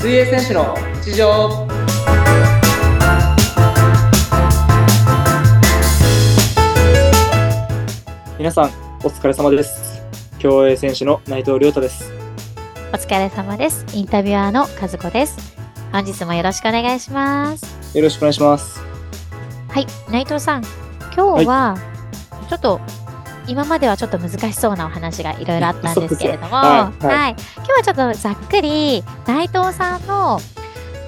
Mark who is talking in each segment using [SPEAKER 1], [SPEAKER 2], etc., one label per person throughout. [SPEAKER 1] 選手の日常
[SPEAKER 2] 皆さんお疲れ様です競泳選手の内藤亮太です
[SPEAKER 3] お疲れ様です。インタビュアーの和子です。本日もよろしくお願いします。
[SPEAKER 2] よろしくお願いします
[SPEAKER 3] はい、内藤さん、今日は、ちょっと、今まではちょっと難しそうなお話がいろいろあったんですけれども、
[SPEAKER 2] そうですねはいはい
[SPEAKER 3] はい、今日はちょっとざっくり内藤さんの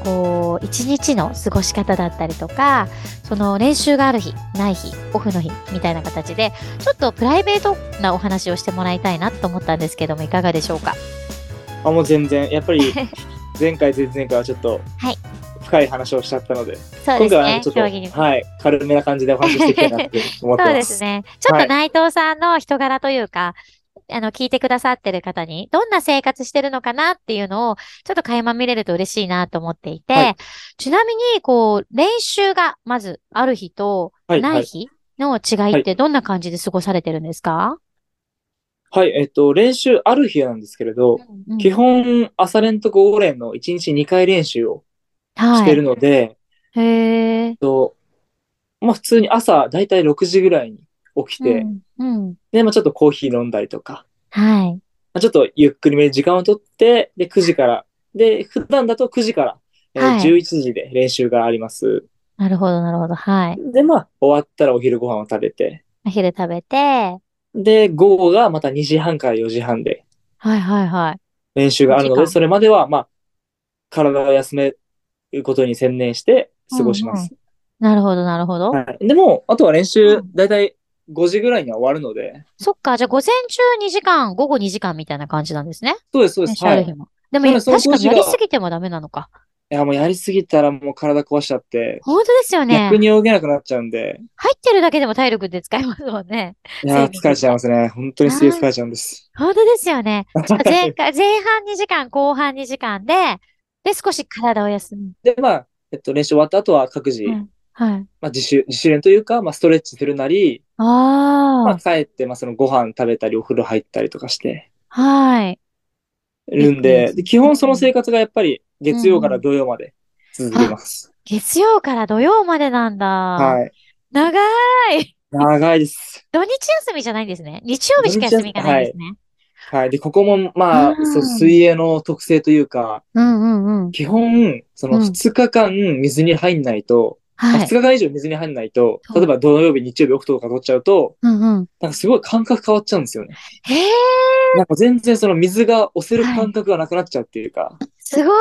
[SPEAKER 3] こう一日の過ごし方だったりとか、その練習がある日、ない日、オフの日みたいな形で、ちょっとプライベートなお話をしてもらいたいなと思ったんですけども、いかがでしょうか。
[SPEAKER 2] あもう全然やっぱ り前回前々回はちょっと
[SPEAKER 3] はい
[SPEAKER 2] 深い話をしちゃったので
[SPEAKER 3] そう
[SPEAKER 2] 今
[SPEAKER 3] です
[SPEAKER 2] 回は
[SPEAKER 3] ね
[SPEAKER 2] ねちょっ。と
[SPEAKER 3] 競技に
[SPEAKER 2] はい軽めな感じでお話ししていきたいなって思ってます
[SPEAKER 3] そうですね。ちょっ
[SPEAKER 2] は
[SPEAKER 3] と
[SPEAKER 2] い
[SPEAKER 3] 内藤さんの人柄というか、あの、聞いてくださってる方に、どんな生活してるのかなっていうのを、ちょっと垣間見れると嬉しいなと思っていて、
[SPEAKER 2] はい
[SPEAKER 3] ちなみに、こう、練習が、まず、ある日と、
[SPEAKER 2] はい
[SPEAKER 3] な
[SPEAKER 2] はいい、
[SPEAKER 3] 日の違いって、どんな感じで過ごされてるんですか、
[SPEAKER 2] はい、えっと練習ある日なんですけれど、
[SPEAKER 3] うん
[SPEAKER 2] 基本朝練と午後練の1日2回練習をしてるので、
[SPEAKER 3] はい、へえ。
[SPEAKER 2] とまあ普通に朝だいたい6時ぐらいに起きて、
[SPEAKER 3] うん、うん。
[SPEAKER 2] で、まあ、ちょっとコーヒー飲んだりとか
[SPEAKER 3] はい。
[SPEAKER 2] まあちょっとゆっくりめに時間をとって、で、9時から。で、普段だと9時から、えー
[SPEAKER 3] はい
[SPEAKER 2] 11時で練習があります。
[SPEAKER 3] なるほど、なるほど。はい。
[SPEAKER 2] で、まあ、終わったらお昼ご飯を食べて、
[SPEAKER 3] お昼食べて、はい、
[SPEAKER 2] で、午後がまた2時半から4時半で
[SPEAKER 3] はい、はい。
[SPEAKER 2] 練習があるの
[SPEAKER 3] 時
[SPEAKER 2] で、
[SPEAKER 3] 間
[SPEAKER 2] それまでは、まあ、体を休めることに専念して過ごします。
[SPEAKER 3] なるほど、なるほど。
[SPEAKER 2] はい。でも、あとは練
[SPEAKER 3] う
[SPEAKER 2] 習
[SPEAKER 3] ん、
[SPEAKER 2] だいたい5時ぐらいには終わるので、
[SPEAKER 3] そっか、じゃあ午前中2時間、午後2時間みたいな感じなんですね。
[SPEAKER 2] そうです、そうで
[SPEAKER 3] 練
[SPEAKER 2] す。
[SPEAKER 3] 習あ
[SPEAKER 2] は
[SPEAKER 3] る
[SPEAKER 2] い。
[SPEAKER 3] 日
[SPEAKER 2] い
[SPEAKER 3] も。でも、
[SPEAKER 2] だからその
[SPEAKER 3] 確かにや
[SPEAKER 2] 5時
[SPEAKER 3] り
[SPEAKER 2] が
[SPEAKER 3] すぎてもダメなのか。
[SPEAKER 2] や、もうやりすぎたらもう体壊しちゃって、
[SPEAKER 3] 本当ですよね
[SPEAKER 2] 逆。に泳げなくなっちゃうんで、
[SPEAKER 3] 入ってるだけでも体力で使えますもんね。
[SPEAKER 2] いやー、
[SPEAKER 3] 水
[SPEAKER 2] 疲
[SPEAKER 3] 分
[SPEAKER 2] れちゃいますね。本当に水泳疲れちゃうんです。
[SPEAKER 3] 本当ですよね。じゃあ前回、前半2時間、後半2時間で、で、少し体を休む。
[SPEAKER 2] で、まあ、えっと、練習終わった後は各自、
[SPEAKER 3] うんはい。
[SPEAKER 2] まあ、自主、自主練というか、まあ、ストレッチするなり、まあ、
[SPEAKER 3] あ
[SPEAKER 2] 帰って、まあ、そのご飯食べたり、お風呂入ったりとかして
[SPEAKER 3] あ、はい。
[SPEAKER 2] るん
[SPEAKER 3] いいで
[SPEAKER 2] で、
[SPEAKER 3] す
[SPEAKER 2] で基本その生活がやっぱり月曜から土曜まで続けます。
[SPEAKER 3] 月曜から土曜までなんだ。
[SPEAKER 2] はい。
[SPEAKER 3] 長い。
[SPEAKER 2] 長いです。
[SPEAKER 3] 土日休みじゃないんですね。日曜日しか休みがないんですね。
[SPEAKER 2] はい。で、ここも、まあ
[SPEAKER 3] う、ん
[SPEAKER 2] そう、水泳の特性というか、
[SPEAKER 3] うんうんうん。
[SPEAKER 2] 基本、そうの
[SPEAKER 3] ん
[SPEAKER 2] 2日間水に入んないと、まあ
[SPEAKER 3] は
[SPEAKER 2] 2
[SPEAKER 3] い。
[SPEAKER 2] 日間以上水に入んないと、
[SPEAKER 3] そう
[SPEAKER 2] 例えば土曜日、日曜日、オフとか取っちゃうと、
[SPEAKER 3] うんうん。
[SPEAKER 2] なんかすごい感覚変わっちゃうんですよね。
[SPEAKER 3] へえ、
[SPEAKER 2] なんか全然その水が押せる感覚がなくなっちゃうっていうか。
[SPEAKER 3] すご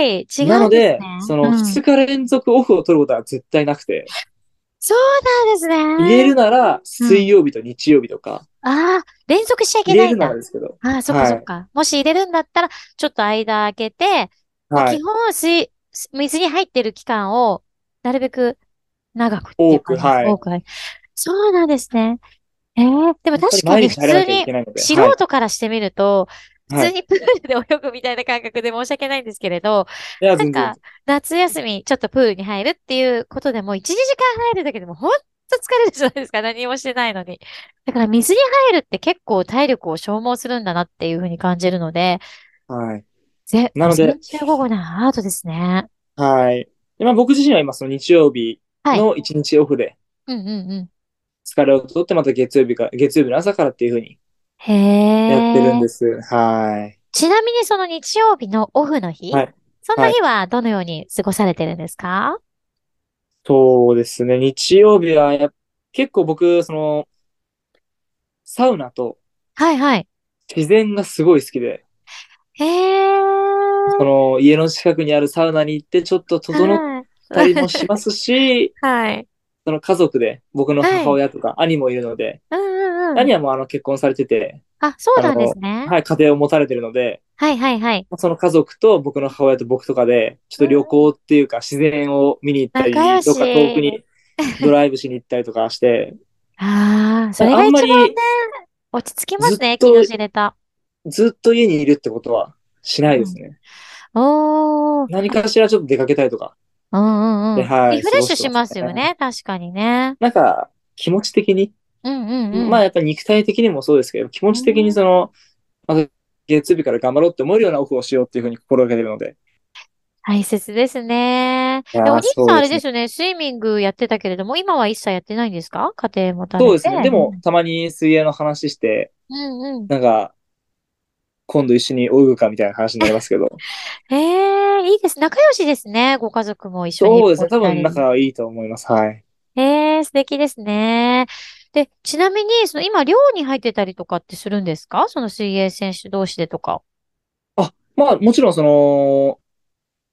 [SPEAKER 3] い。違うんですね。
[SPEAKER 2] なので、その
[SPEAKER 3] うん
[SPEAKER 2] 2日連続オフを取ることは絶対なくて、
[SPEAKER 3] そうなんですね。
[SPEAKER 2] 言えるなら水曜日と日曜日とか、
[SPEAKER 3] ああ、連続しちゃいけ
[SPEAKER 2] 言
[SPEAKER 3] な
[SPEAKER 2] え
[SPEAKER 3] い
[SPEAKER 2] る
[SPEAKER 3] ん
[SPEAKER 2] な
[SPEAKER 3] だ
[SPEAKER 2] ら。ですけど、
[SPEAKER 3] ああ、そっかそっか。もし入れるんだったら、ちょっと間空けて、まあ
[SPEAKER 2] はい
[SPEAKER 3] 基。本は水、水に入ってる期間を、なるべく長くっていう
[SPEAKER 2] 多く
[SPEAKER 3] 感じです
[SPEAKER 2] はい
[SPEAKER 3] 多く、はい。そうなんですね。ええでも確か
[SPEAKER 2] 毎
[SPEAKER 3] に
[SPEAKER 2] 日
[SPEAKER 3] 普
[SPEAKER 2] 入らな
[SPEAKER 3] 通
[SPEAKER 2] きゃいけ
[SPEAKER 3] に、
[SPEAKER 2] ないので、
[SPEAKER 3] 素
[SPEAKER 2] はい
[SPEAKER 3] 人からしてみると、普
[SPEAKER 2] は
[SPEAKER 3] 通
[SPEAKER 2] い。
[SPEAKER 3] にプールで泳ぐみたいな感覚で申し訳ないんですけれど、
[SPEAKER 2] いや、
[SPEAKER 3] なん
[SPEAKER 2] 全然
[SPEAKER 3] か。、夏休み、ちょっとプールに入るっていうことでも、1、2時間入るだけでも、ほんと疲れるじゃないですか。何もしてないのに。だから、水に入るって結構体力を消耗するんだなっていうふうに感じるので、
[SPEAKER 2] はい。
[SPEAKER 3] ぜ、
[SPEAKER 2] なので
[SPEAKER 3] 15号なアートですね。
[SPEAKER 2] はい。でまあ、僕自身は今、その日曜日の1日オフで
[SPEAKER 3] うんうんうん。
[SPEAKER 2] 疲れを取って、また月曜日か、月曜日の朝からっていうふうに
[SPEAKER 3] へ
[SPEAKER 2] や
[SPEAKER 3] え。
[SPEAKER 2] ってるんです。はい。
[SPEAKER 3] ちなみに、その日曜日のオフの日、
[SPEAKER 2] はい
[SPEAKER 3] その日はどのように過ごされてるんですか
[SPEAKER 2] そうですね。日曜日はやっ、結構僕、その、サウナと
[SPEAKER 3] はいはい。
[SPEAKER 2] 自然がすごい好きで、
[SPEAKER 3] へえ。
[SPEAKER 2] その、家の近くにあるサウナに行って、ちょっと整っ
[SPEAKER 3] はい
[SPEAKER 2] たりもしますし、
[SPEAKER 3] はい。
[SPEAKER 2] その家族で、僕の
[SPEAKER 3] はい
[SPEAKER 2] 母親とか兄もいるので、
[SPEAKER 3] うんうんうん。
[SPEAKER 2] 兄はもうあの結婚されてて、
[SPEAKER 3] あ、そうなんですね。
[SPEAKER 2] はい、家庭を持たれてるので、
[SPEAKER 3] はいはいはい。
[SPEAKER 2] その家族と僕の母親と僕とかで、ちょっと旅行っていうか自然を見に行ったり、ど
[SPEAKER 3] 仲良
[SPEAKER 2] っ
[SPEAKER 3] し
[SPEAKER 2] か遠くにドライブしに行ったりとかして、
[SPEAKER 3] ああ、それ
[SPEAKER 2] あ
[SPEAKER 3] が
[SPEAKER 2] んま
[SPEAKER 3] 一番
[SPEAKER 2] り
[SPEAKER 3] 落ち着きますね、
[SPEAKER 2] ずっと
[SPEAKER 3] 気の知れた。
[SPEAKER 2] ずっと家にいるってことはしないですね。
[SPEAKER 3] おー。
[SPEAKER 2] 何かしらちょっと出かけたりとか、
[SPEAKER 3] うんうんうん。
[SPEAKER 2] ではい
[SPEAKER 3] リフレッシュしますよね、確かにね。
[SPEAKER 2] なんか気持ち的に、
[SPEAKER 3] うんうんうん。
[SPEAKER 2] まあやっぱり肉体的にもそうですけど、気持ち的にその、また月曜日から頑張ろうって思えるようなオフをしようっていうふうに心がけてるので、
[SPEAKER 3] 大切ですね。
[SPEAKER 2] いや
[SPEAKER 3] で、お
[SPEAKER 2] ー
[SPEAKER 3] 兄さ
[SPEAKER 2] そ
[SPEAKER 3] んあ
[SPEAKER 2] う
[SPEAKER 3] れ
[SPEAKER 2] です
[SPEAKER 3] で
[SPEAKER 2] ね。
[SPEAKER 3] すよね、スイミングやってたけれども、今は一切やってないんですか家庭持た
[SPEAKER 2] そう
[SPEAKER 3] れ
[SPEAKER 2] です
[SPEAKER 3] て。
[SPEAKER 2] ね。でも、たまに水泳の話して、
[SPEAKER 3] うんうん。
[SPEAKER 2] なんか、今度一緒に泳ぐかみたいな話になりますけど。
[SPEAKER 3] ええいいです。仲良しですね。ご家族も一緒
[SPEAKER 2] そ
[SPEAKER 3] に
[SPEAKER 2] う
[SPEAKER 3] 旅
[SPEAKER 2] ですね。
[SPEAKER 3] 行し
[SPEAKER 2] 多
[SPEAKER 3] た
[SPEAKER 2] 分
[SPEAKER 3] り。
[SPEAKER 2] 仲いいと思います。はい。
[SPEAKER 3] ええ素敵ですね。で、ちなみに、その今、寮に入ってたりとかってするんですかその水泳選手同士でとか。
[SPEAKER 2] あ、まあ、もちろんその、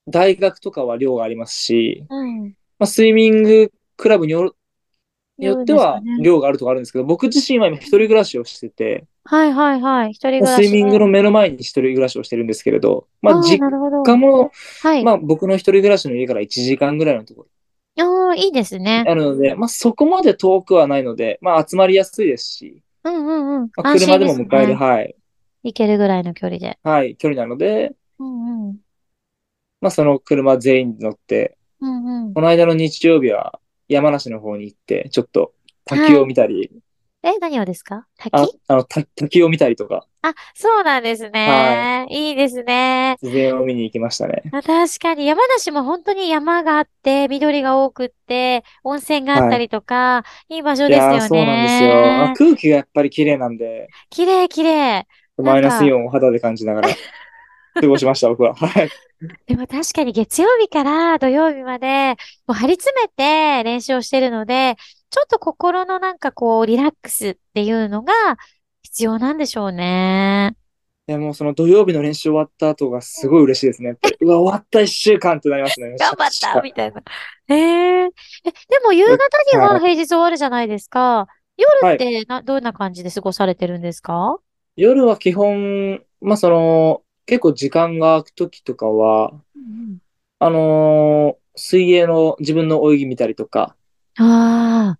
[SPEAKER 2] 大学とかは寮がありますし、
[SPEAKER 3] うん。
[SPEAKER 2] まあ、スイミングクラブによる、に
[SPEAKER 3] 言
[SPEAKER 2] よ
[SPEAKER 3] う
[SPEAKER 2] っ
[SPEAKER 3] ん
[SPEAKER 2] て
[SPEAKER 3] ですか
[SPEAKER 2] は
[SPEAKER 3] ね。
[SPEAKER 2] 寮があるとかあるんですけど、僕自身は今一人暮らしをしてて、
[SPEAKER 3] はいはいはい。一人暮
[SPEAKER 2] まあ
[SPEAKER 3] ら
[SPEAKER 2] スイ
[SPEAKER 3] し
[SPEAKER 2] ミング
[SPEAKER 3] ね。
[SPEAKER 2] の目の前に一人暮らしをしてるんですけれど、まあ、
[SPEAKER 3] ああ、
[SPEAKER 2] 実
[SPEAKER 3] なるほど。
[SPEAKER 2] 家も、
[SPEAKER 3] はい。
[SPEAKER 2] まあ、僕の一人暮らしの家から1時間ぐらいのところ
[SPEAKER 3] ああ、いいです
[SPEAKER 2] に
[SPEAKER 3] ね。
[SPEAKER 2] あるので、まあ、そこまで遠くはないので、まあ、集まりやすいですし、
[SPEAKER 3] うんうんうん。
[SPEAKER 2] まあ、
[SPEAKER 3] 安心
[SPEAKER 2] 車で
[SPEAKER 3] で
[SPEAKER 2] も
[SPEAKER 3] す
[SPEAKER 2] 迎える、
[SPEAKER 3] ね。
[SPEAKER 2] はい、
[SPEAKER 3] 行けるぐらいの距離で。
[SPEAKER 2] はい、距離なので、
[SPEAKER 3] うんうん。
[SPEAKER 2] まあ、その車全員に乗って、
[SPEAKER 3] うんうん。
[SPEAKER 2] この間の日曜日は山梨の方に行って、ちょっと滝
[SPEAKER 3] は
[SPEAKER 2] を
[SPEAKER 3] い。
[SPEAKER 2] 見たり、
[SPEAKER 3] え、何をですか滝
[SPEAKER 2] あ、あの、た滝を見たりとか、
[SPEAKER 3] あ、そうなんです
[SPEAKER 2] はい、
[SPEAKER 3] ね。いいですね。
[SPEAKER 2] 自然を見に行きましたね。
[SPEAKER 3] あ確かに山梨も本当に山があって、緑が多くって、温泉があっ
[SPEAKER 2] は
[SPEAKER 3] た
[SPEAKER 2] い。
[SPEAKER 3] りとか、いい場所
[SPEAKER 2] い
[SPEAKER 3] です
[SPEAKER 2] やー、
[SPEAKER 3] よ
[SPEAKER 2] そうなんですよ。まあ、
[SPEAKER 3] ね。
[SPEAKER 2] 空気がやっぱり綺麗なんで、
[SPEAKER 3] 綺麗綺麗。な
[SPEAKER 2] マ
[SPEAKER 3] ん
[SPEAKER 2] イナスイ
[SPEAKER 3] か、
[SPEAKER 2] オンを肌で感じながら 過ごしました、僕は。はい。
[SPEAKER 3] でも確かに月曜日から土曜日まで、もう張り詰めて練習をしてるので、ちょっと心のなんかこう、リラックスっていうのが必要なんでしょうね。
[SPEAKER 2] でもうその土曜日の練習終わった後がすごい嬉しいですね。やっぱり、うわ、終わった一週間ってなりますね。
[SPEAKER 3] 頑
[SPEAKER 2] 確
[SPEAKER 3] 張った
[SPEAKER 2] か。
[SPEAKER 3] みたいな。えええ、でも夕方
[SPEAKER 2] う
[SPEAKER 3] には
[SPEAKER 2] は
[SPEAKER 3] 平日終わるじゃないですか。夜
[SPEAKER 2] い。は
[SPEAKER 3] っ
[SPEAKER 2] い。
[SPEAKER 3] てな、どんな感じで過ごされてるんですか
[SPEAKER 2] 夜は基本、まあその、結構時間が空く時とかは、
[SPEAKER 3] うん
[SPEAKER 2] あのー水泳の自分の泳ぎ見たりとか、
[SPEAKER 3] うんあ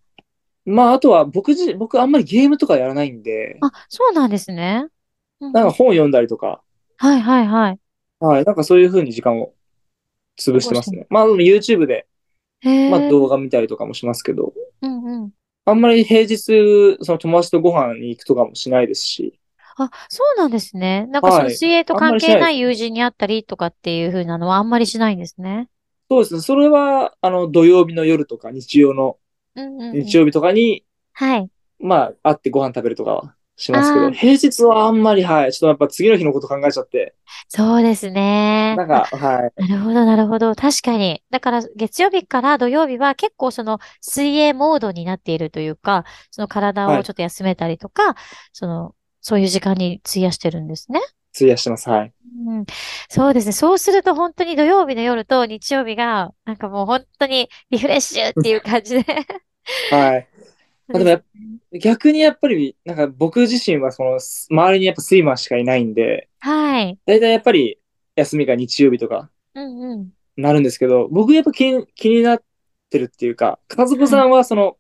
[SPEAKER 2] まああとは僕自、僕あんまりゲームとかやらないんで、
[SPEAKER 3] あ、あ、そうなんですね。うん
[SPEAKER 2] なん
[SPEAKER 3] う
[SPEAKER 2] か
[SPEAKER 3] ん。
[SPEAKER 2] 本読んだりとか、
[SPEAKER 3] はいはいはい。
[SPEAKER 2] はい、なんかそういう風に時間を
[SPEAKER 3] 過
[SPEAKER 2] 潰し
[SPEAKER 3] ご
[SPEAKER 2] て
[SPEAKER 3] し
[SPEAKER 2] ま
[SPEAKER 3] て
[SPEAKER 2] す
[SPEAKER 3] る。
[SPEAKER 2] ね。まあでも YouTube で、まあ
[SPEAKER 3] へえ、
[SPEAKER 2] 動画見たりとかもしますけど、
[SPEAKER 3] うんうん。
[SPEAKER 2] あんまり平日、その友達とご飯に行くとかもしないですし、
[SPEAKER 3] あ、そうなんですね。なんかその
[SPEAKER 2] はい。
[SPEAKER 3] 水泳と
[SPEAKER 2] あんま
[SPEAKER 3] 関
[SPEAKER 2] りし
[SPEAKER 3] 係
[SPEAKER 2] ないで
[SPEAKER 3] な
[SPEAKER 2] す
[SPEAKER 3] い
[SPEAKER 2] ね。
[SPEAKER 3] 友人に会ったりとかっていう風なのはあんまりしないんですね。
[SPEAKER 2] そうですね。それは、あの、土曜日の夜とか、日曜の、
[SPEAKER 3] うんうんう
[SPEAKER 2] 日
[SPEAKER 3] ん。
[SPEAKER 2] 曜日とかに、
[SPEAKER 3] はい。
[SPEAKER 2] まあ、会ってご飯食べるとかはしますけ
[SPEAKER 3] あ
[SPEAKER 2] ど、
[SPEAKER 3] あ、
[SPEAKER 2] 平日はあんまり、はい。ちょっとやっぱ次の日のこと考えちゃって、
[SPEAKER 3] そうですね。
[SPEAKER 2] なん
[SPEAKER 3] あ
[SPEAKER 2] か、はい。
[SPEAKER 3] なるほど、なるほど。確かに。だから、月曜日から土曜日は結構その水泳モードになっているというか、その体
[SPEAKER 2] は
[SPEAKER 3] を
[SPEAKER 2] い。
[SPEAKER 3] ちょっと休めたりとか、その、そういう時間に費やしてるんですね。
[SPEAKER 2] 費やしてます。はい。
[SPEAKER 3] うん、そうですね。そうすると本当に土曜日の夜と日曜日が、なんかもう本当にリフレッシュっていう感じで
[SPEAKER 2] はい。ま
[SPEAKER 3] そう
[SPEAKER 2] あ、でも
[SPEAKER 3] です
[SPEAKER 2] やっ
[SPEAKER 3] ね。
[SPEAKER 2] 逆にやっぱり、なんか僕自身は、その、す周りにやっぱスイマーしかいないんで、
[SPEAKER 3] はい。
[SPEAKER 2] だいたいやっぱり、休みが日曜日とか、
[SPEAKER 3] うんうん。
[SPEAKER 2] なるんですけど、僕やっぱ気に、気になってるっていうか、和子
[SPEAKER 3] は
[SPEAKER 2] さ
[SPEAKER 3] い。
[SPEAKER 2] んはその、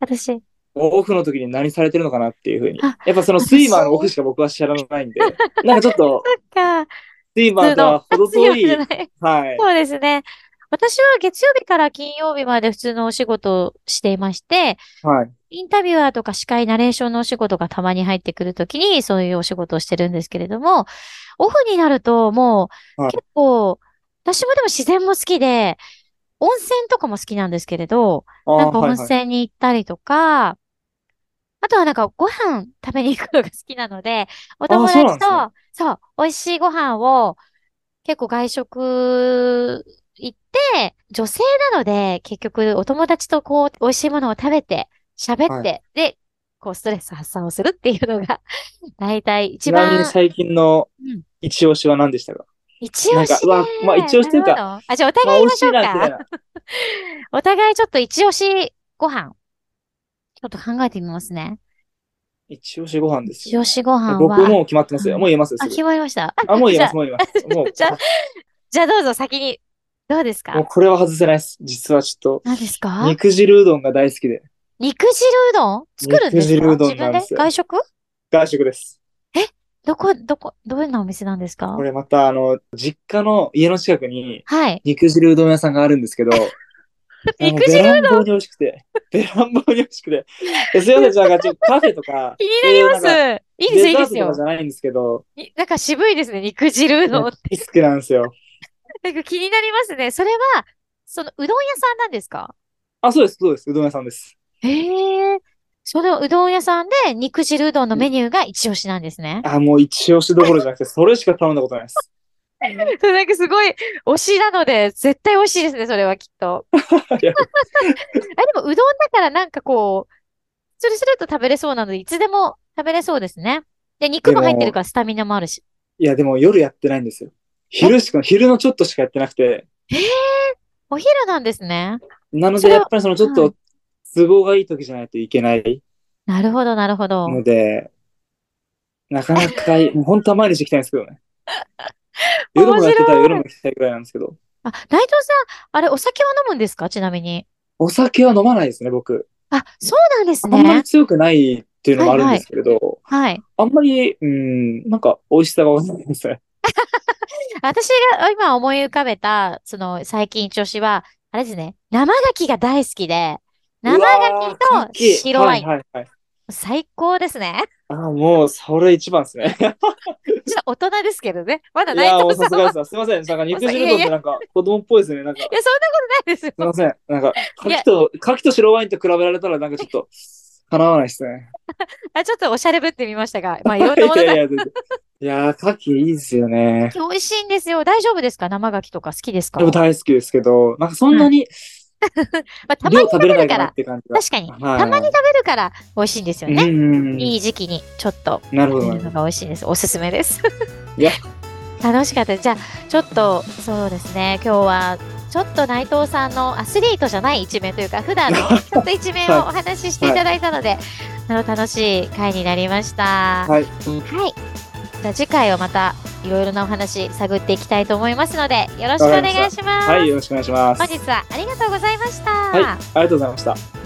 [SPEAKER 3] 私、
[SPEAKER 2] オフの時に何されてるのかなっていうふうに。
[SPEAKER 3] あ、
[SPEAKER 2] やっぱそのスイ
[SPEAKER 3] 私、
[SPEAKER 2] マーのオフしか僕は知らないん で、なんかちょっと、
[SPEAKER 3] そっか、
[SPEAKER 2] スイ
[SPEAKER 3] 普
[SPEAKER 2] マー
[SPEAKER 3] 通
[SPEAKER 2] と
[SPEAKER 3] の、
[SPEAKER 2] は
[SPEAKER 3] あ、
[SPEAKER 2] 程
[SPEAKER 3] 水
[SPEAKER 2] 遠、
[SPEAKER 3] 曜日じゃないい。
[SPEAKER 2] はい、
[SPEAKER 3] そうですね。私は月曜日から金曜日まで普通のお仕事をしていまして、
[SPEAKER 2] はい、
[SPEAKER 3] インタビュアーとか司会、ナレーションのお仕事がたまに入ってくるときに、そういうお仕事をしてるんですけれども、オフになるともう
[SPEAKER 2] はい、
[SPEAKER 3] 結構、私もでも自然も好きで、温泉とかも好きなんですけれど、
[SPEAKER 2] あ
[SPEAKER 3] なん
[SPEAKER 2] あ、
[SPEAKER 3] か
[SPEAKER 2] は
[SPEAKER 3] 温
[SPEAKER 2] い、はい、
[SPEAKER 3] 泉に行ったりとか、あとはなんかご飯食べに行くのが好きなので、お
[SPEAKER 2] ああ、
[SPEAKER 3] 友
[SPEAKER 2] そうな
[SPEAKER 3] 達
[SPEAKER 2] んですね。
[SPEAKER 3] と、そう、美味しいご飯を結構外食行って、女性なので結局お友達とこう美味しいものを食べて、喋っ
[SPEAKER 2] はい。
[SPEAKER 3] て、で、こうストレス発散をするっていうのが 大体
[SPEAKER 2] ち
[SPEAKER 3] 一
[SPEAKER 2] なみに
[SPEAKER 3] 番、
[SPEAKER 2] 最近の
[SPEAKER 3] うん
[SPEAKER 2] 一押しは何でしたか
[SPEAKER 3] 一
[SPEAKER 2] な
[SPEAKER 3] 押
[SPEAKER 2] んか、
[SPEAKER 3] し
[SPEAKER 2] うわ、まあ
[SPEAKER 3] ね。
[SPEAKER 2] 一押し
[SPEAKER 3] な
[SPEAKER 2] とい
[SPEAKER 3] る
[SPEAKER 2] う
[SPEAKER 3] ほ
[SPEAKER 2] か、
[SPEAKER 3] ど。あ、じゃ
[SPEAKER 2] ま
[SPEAKER 3] あお
[SPEAKER 2] あ惜
[SPEAKER 3] 互い言いま
[SPEAKER 2] し
[SPEAKER 3] しょ
[SPEAKER 2] いうな、みたい
[SPEAKER 3] か。
[SPEAKER 2] な。
[SPEAKER 3] お互いちょっと一押しご飯、ちょっと考えてみますね。
[SPEAKER 2] 一押しご飯です
[SPEAKER 3] 一
[SPEAKER 2] よ
[SPEAKER 3] 押
[SPEAKER 2] ね。
[SPEAKER 3] しご飯
[SPEAKER 2] 僕
[SPEAKER 3] は、
[SPEAKER 2] もう決まってますよ。
[SPEAKER 3] う
[SPEAKER 2] もう
[SPEAKER 3] ん
[SPEAKER 2] 言えますす
[SPEAKER 3] あ、決
[SPEAKER 2] ぐ。
[SPEAKER 3] まりました。
[SPEAKER 2] あ、もう言え
[SPEAKER 3] あ、じ
[SPEAKER 2] ま
[SPEAKER 3] ゃ
[SPEAKER 2] す、
[SPEAKER 3] あ、
[SPEAKER 2] もう言えます。もう、
[SPEAKER 3] じゃあ、
[SPEAKER 2] はい。
[SPEAKER 3] じゃあどうぞ先に。どうです
[SPEAKER 2] もう
[SPEAKER 3] か
[SPEAKER 2] これは外せないです。実はちょっと、
[SPEAKER 3] 何ですか
[SPEAKER 2] 肉汁うどんが大好きで。
[SPEAKER 3] 肉汁うどん作る
[SPEAKER 2] 肉
[SPEAKER 3] んです
[SPEAKER 2] 汁
[SPEAKER 3] か
[SPEAKER 2] うど
[SPEAKER 3] 自
[SPEAKER 2] んな
[SPEAKER 3] 分
[SPEAKER 2] んで
[SPEAKER 3] です
[SPEAKER 2] よ。
[SPEAKER 3] 外食
[SPEAKER 2] 外食です。
[SPEAKER 3] えどこ、どこ、どういうようなお店なんです
[SPEAKER 2] こ
[SPEAKER 3] か
[SPEAKER 2] れまた、あの、実家の家の近くに
[SPEAKER 3] はい。
[SPEAKER 2] 肉汁うどん屋さんがあるんですけど、あの、
[SPEAKER 3] 肉
[SPEAKER 2] べ
[SPEAKER 3] 汁
[SPEAKER 2] らんぼうに美味しくて、べらんぼうに美味しくて、え、すいません、なんかちょっとカフェとか、
[SPEAKER 3] 気に
[SPEAKER 2] そういう
[SPEAKER 3] な
[SPEAKER 2] なんか、
[SPEAKER 3] ります。いいで
[SPEAKER 2] デ
[SPEAKER 3] すよ、い
[SPEAKER 2] ザ
[SPEAKER 3] いで
[SPEAKER 2] ート
[SPEAKER 3] す
[SPEAKER 2] とかじ
[SPEAKER 3] よ。
[SPEAKER 2] ゃないんですけど、
[SPEAKER 3] いなんか渋いですね、肉汁うど
[SPEAKER 2] 大
[SPEAKER 3] んっ
[SPEAKER 2] 好
[SPEAKER 3] て。
[SPEAKER 2] きなんですよ。
[SPEAKER 3] なんか気になりますね。それは、そのうどん屋さんなんですか
[SPEAKER 2] あ、そうです、そうです。うどん屋さんです。
[SPEAKER 3] ええそのうどん屋さんで肉汁うどんのメニューが一押しなんですね。
[SPEAKER 2] あ、もう一押しどころじゃなくて、それしか頼んだことないです。
[SPEAKER 3] なんかすごい推しなので、絶対美味しいですね、それはきっと。あ、
[SPEAKER 2] い
[SPEAKER 3] で
[SPEAKER 2] や
[SPEAKER 3] もうどんだからなんかこう、スルスルっと食べれそうなので、いつでも食べれそうですね。で、肉も入ってるからスタミナもあるし。
[SPEAKER 2] いや、でも夜やってないんですよ。昼しか、昼のちょっとしかやってなくて、
[SPEAKER 3] お昼なんですね。
[SPEAKER 2] なの
[SPEAKER 3] そ
[SPEAKER 2] で
[SPEAKER 3] れは
[SPEAKER 2] やっぱりそのちょっ
[SPEAKER 3] は
[SPEAKER 2] と都合がいい時じゃないといけない
[SPEAKER 3] なるほど、なるほど。
[SPEAKER 2] ので、なかな か、もう本当は毎日行きたいんですけどね。夜もやってたら夜も行きたいぐらいなんですけど、
[SPEAKER 3] あ、内藤さん、あれ、お酒は飲むんですかちなみに。
[SPEAKER 2] お酒は飲まないですね、僕。
[SPEAKER 3] あ、そうなんです
[SPEAKER 2] あんまり
[SPEAKER 3] ね。
[SPEAKER 2] 強くないっていうのもあるんですけれど、
[SPEAKER 3] はい。
[SPEAKER 2] あんまり、うん、なんか美味しさがわかんないですね。
[SPEAKER 3] 私が今思い浮かべた、その最近調子は、あれですね、生牡蠣が大好きで、生牡
[SPEAKER 2] うわー
[SPEAKER 3] 蠣と白ワイン。
[SPEAKER 2] はいはいはい。
[SPEAKER 3] 最高ですね。
[SPEAKER 2] あー、もうそれ一番ですね。
[SPEAKER 3] ちょっと大人ですけどね。まだ
[SPEAKER 2] い
[SPEAKER 3] 内
[SPEAKER 2] やー、もう
[SPEAKER 3] 藤
[SPEAKER 2] さ
[SPEAKER 3] さ
[SPEAKER 2] す
[SPEAKER 3] ん は。い
[SPEAKER 2] が
[SPEAKER 3] や、
[SPEAKER 2] で す。すいませ
[SPEAKER 3] そんなこ
[SPEAKER 2] ん。なんか肉汁うどんってなんか子供っぽいですね。なんか、す
[SPEAKER 3] とないです
[SPEAKER 2] いま
[SPEAKER 3] よ。
[SPEAKER 2] せん。なんか、
[SPEAKER 3] いや
[SPEAKER 2] 牡蠣と、牡蠣と白ワインと比べられたらなんかちょっ と、かなわないですね。
[SPEAKER 3] あ、ちょっとおしゃれぶってみました が、まあいろん
[SPEAKER 2] い
[SPEAKER 3] なもの
[SPEAKER 2] やい
[SPEAKER 3] が。
[SPEAKER 2] やいや、いやー、牡蠣いいですよね。
[SPEAKER 3] 美味しいんですよ。大丈夫ですか生牡蠣とか好きですか
[SPEAKER 2] でも大好きですけど、なんかそんなに
[SPEAKER 3] まあたま
[SPEAKER 2] 量
[SPEAKER 3] に
[SPEAKER 2] 食
[SPEAKER 3] 食
[SPEAKER 2] べれな
[SPEAKER 3] べる
[SPEAKER 2] いか
[SPEAKER 3] か
[SPEAKER 2] なっ
[SPEAKER 3] ら。
[SPEAKER 2] て感じが。
[SPEAKER 3] 確かに。
[SPEAKER 2] はい
[SPEAKER 3] たまに食べるから美味しいんですよ
[SPEAKER 2] うん
[SPEAKER 3] ね。
[SPEAKER 2] うんうん。
[SPEAKER 3] いい時期にちょっと
[SPEAKER 2] なるほ
[SPEAKER 3] 食
[SPEAKER 2] どな
[SPEAKER 3] べ
[SPEAKER 2] る
[SPEAKER 3] る
[SPEAKER 2] ほ
[SPEAKER 3] の
[SPEAKER 2] ど。
[SPEAKER 3] が美味しいです。おすすめです。
[SPEAKER 2] いや
[SPEAKER 3] 楽しかったです。じゃあ、ちょっと、そうですね、今日は、ちょっと内藤さんのアスリートじゃない一面というか、普段のちょっと一面をお話ししていただいたので、あの楽しい回になりまし
[SPEAKER 2] は
[SPEAKER 3] た。
[SPEAKER 2] い。
[SPEAKER 3] はい。じゃあ次回はまたいろいろなお話探っていきたいと思いますので、よろしくお願いします。
[SPEAKER 2] はい、よろしくお願いします。
[SPEAKER 3] 本
[SPEAKER 2] はい、
[SPEAKER 3] 日はありがとうございました。
[SPEAKER 2] ありがとうございました。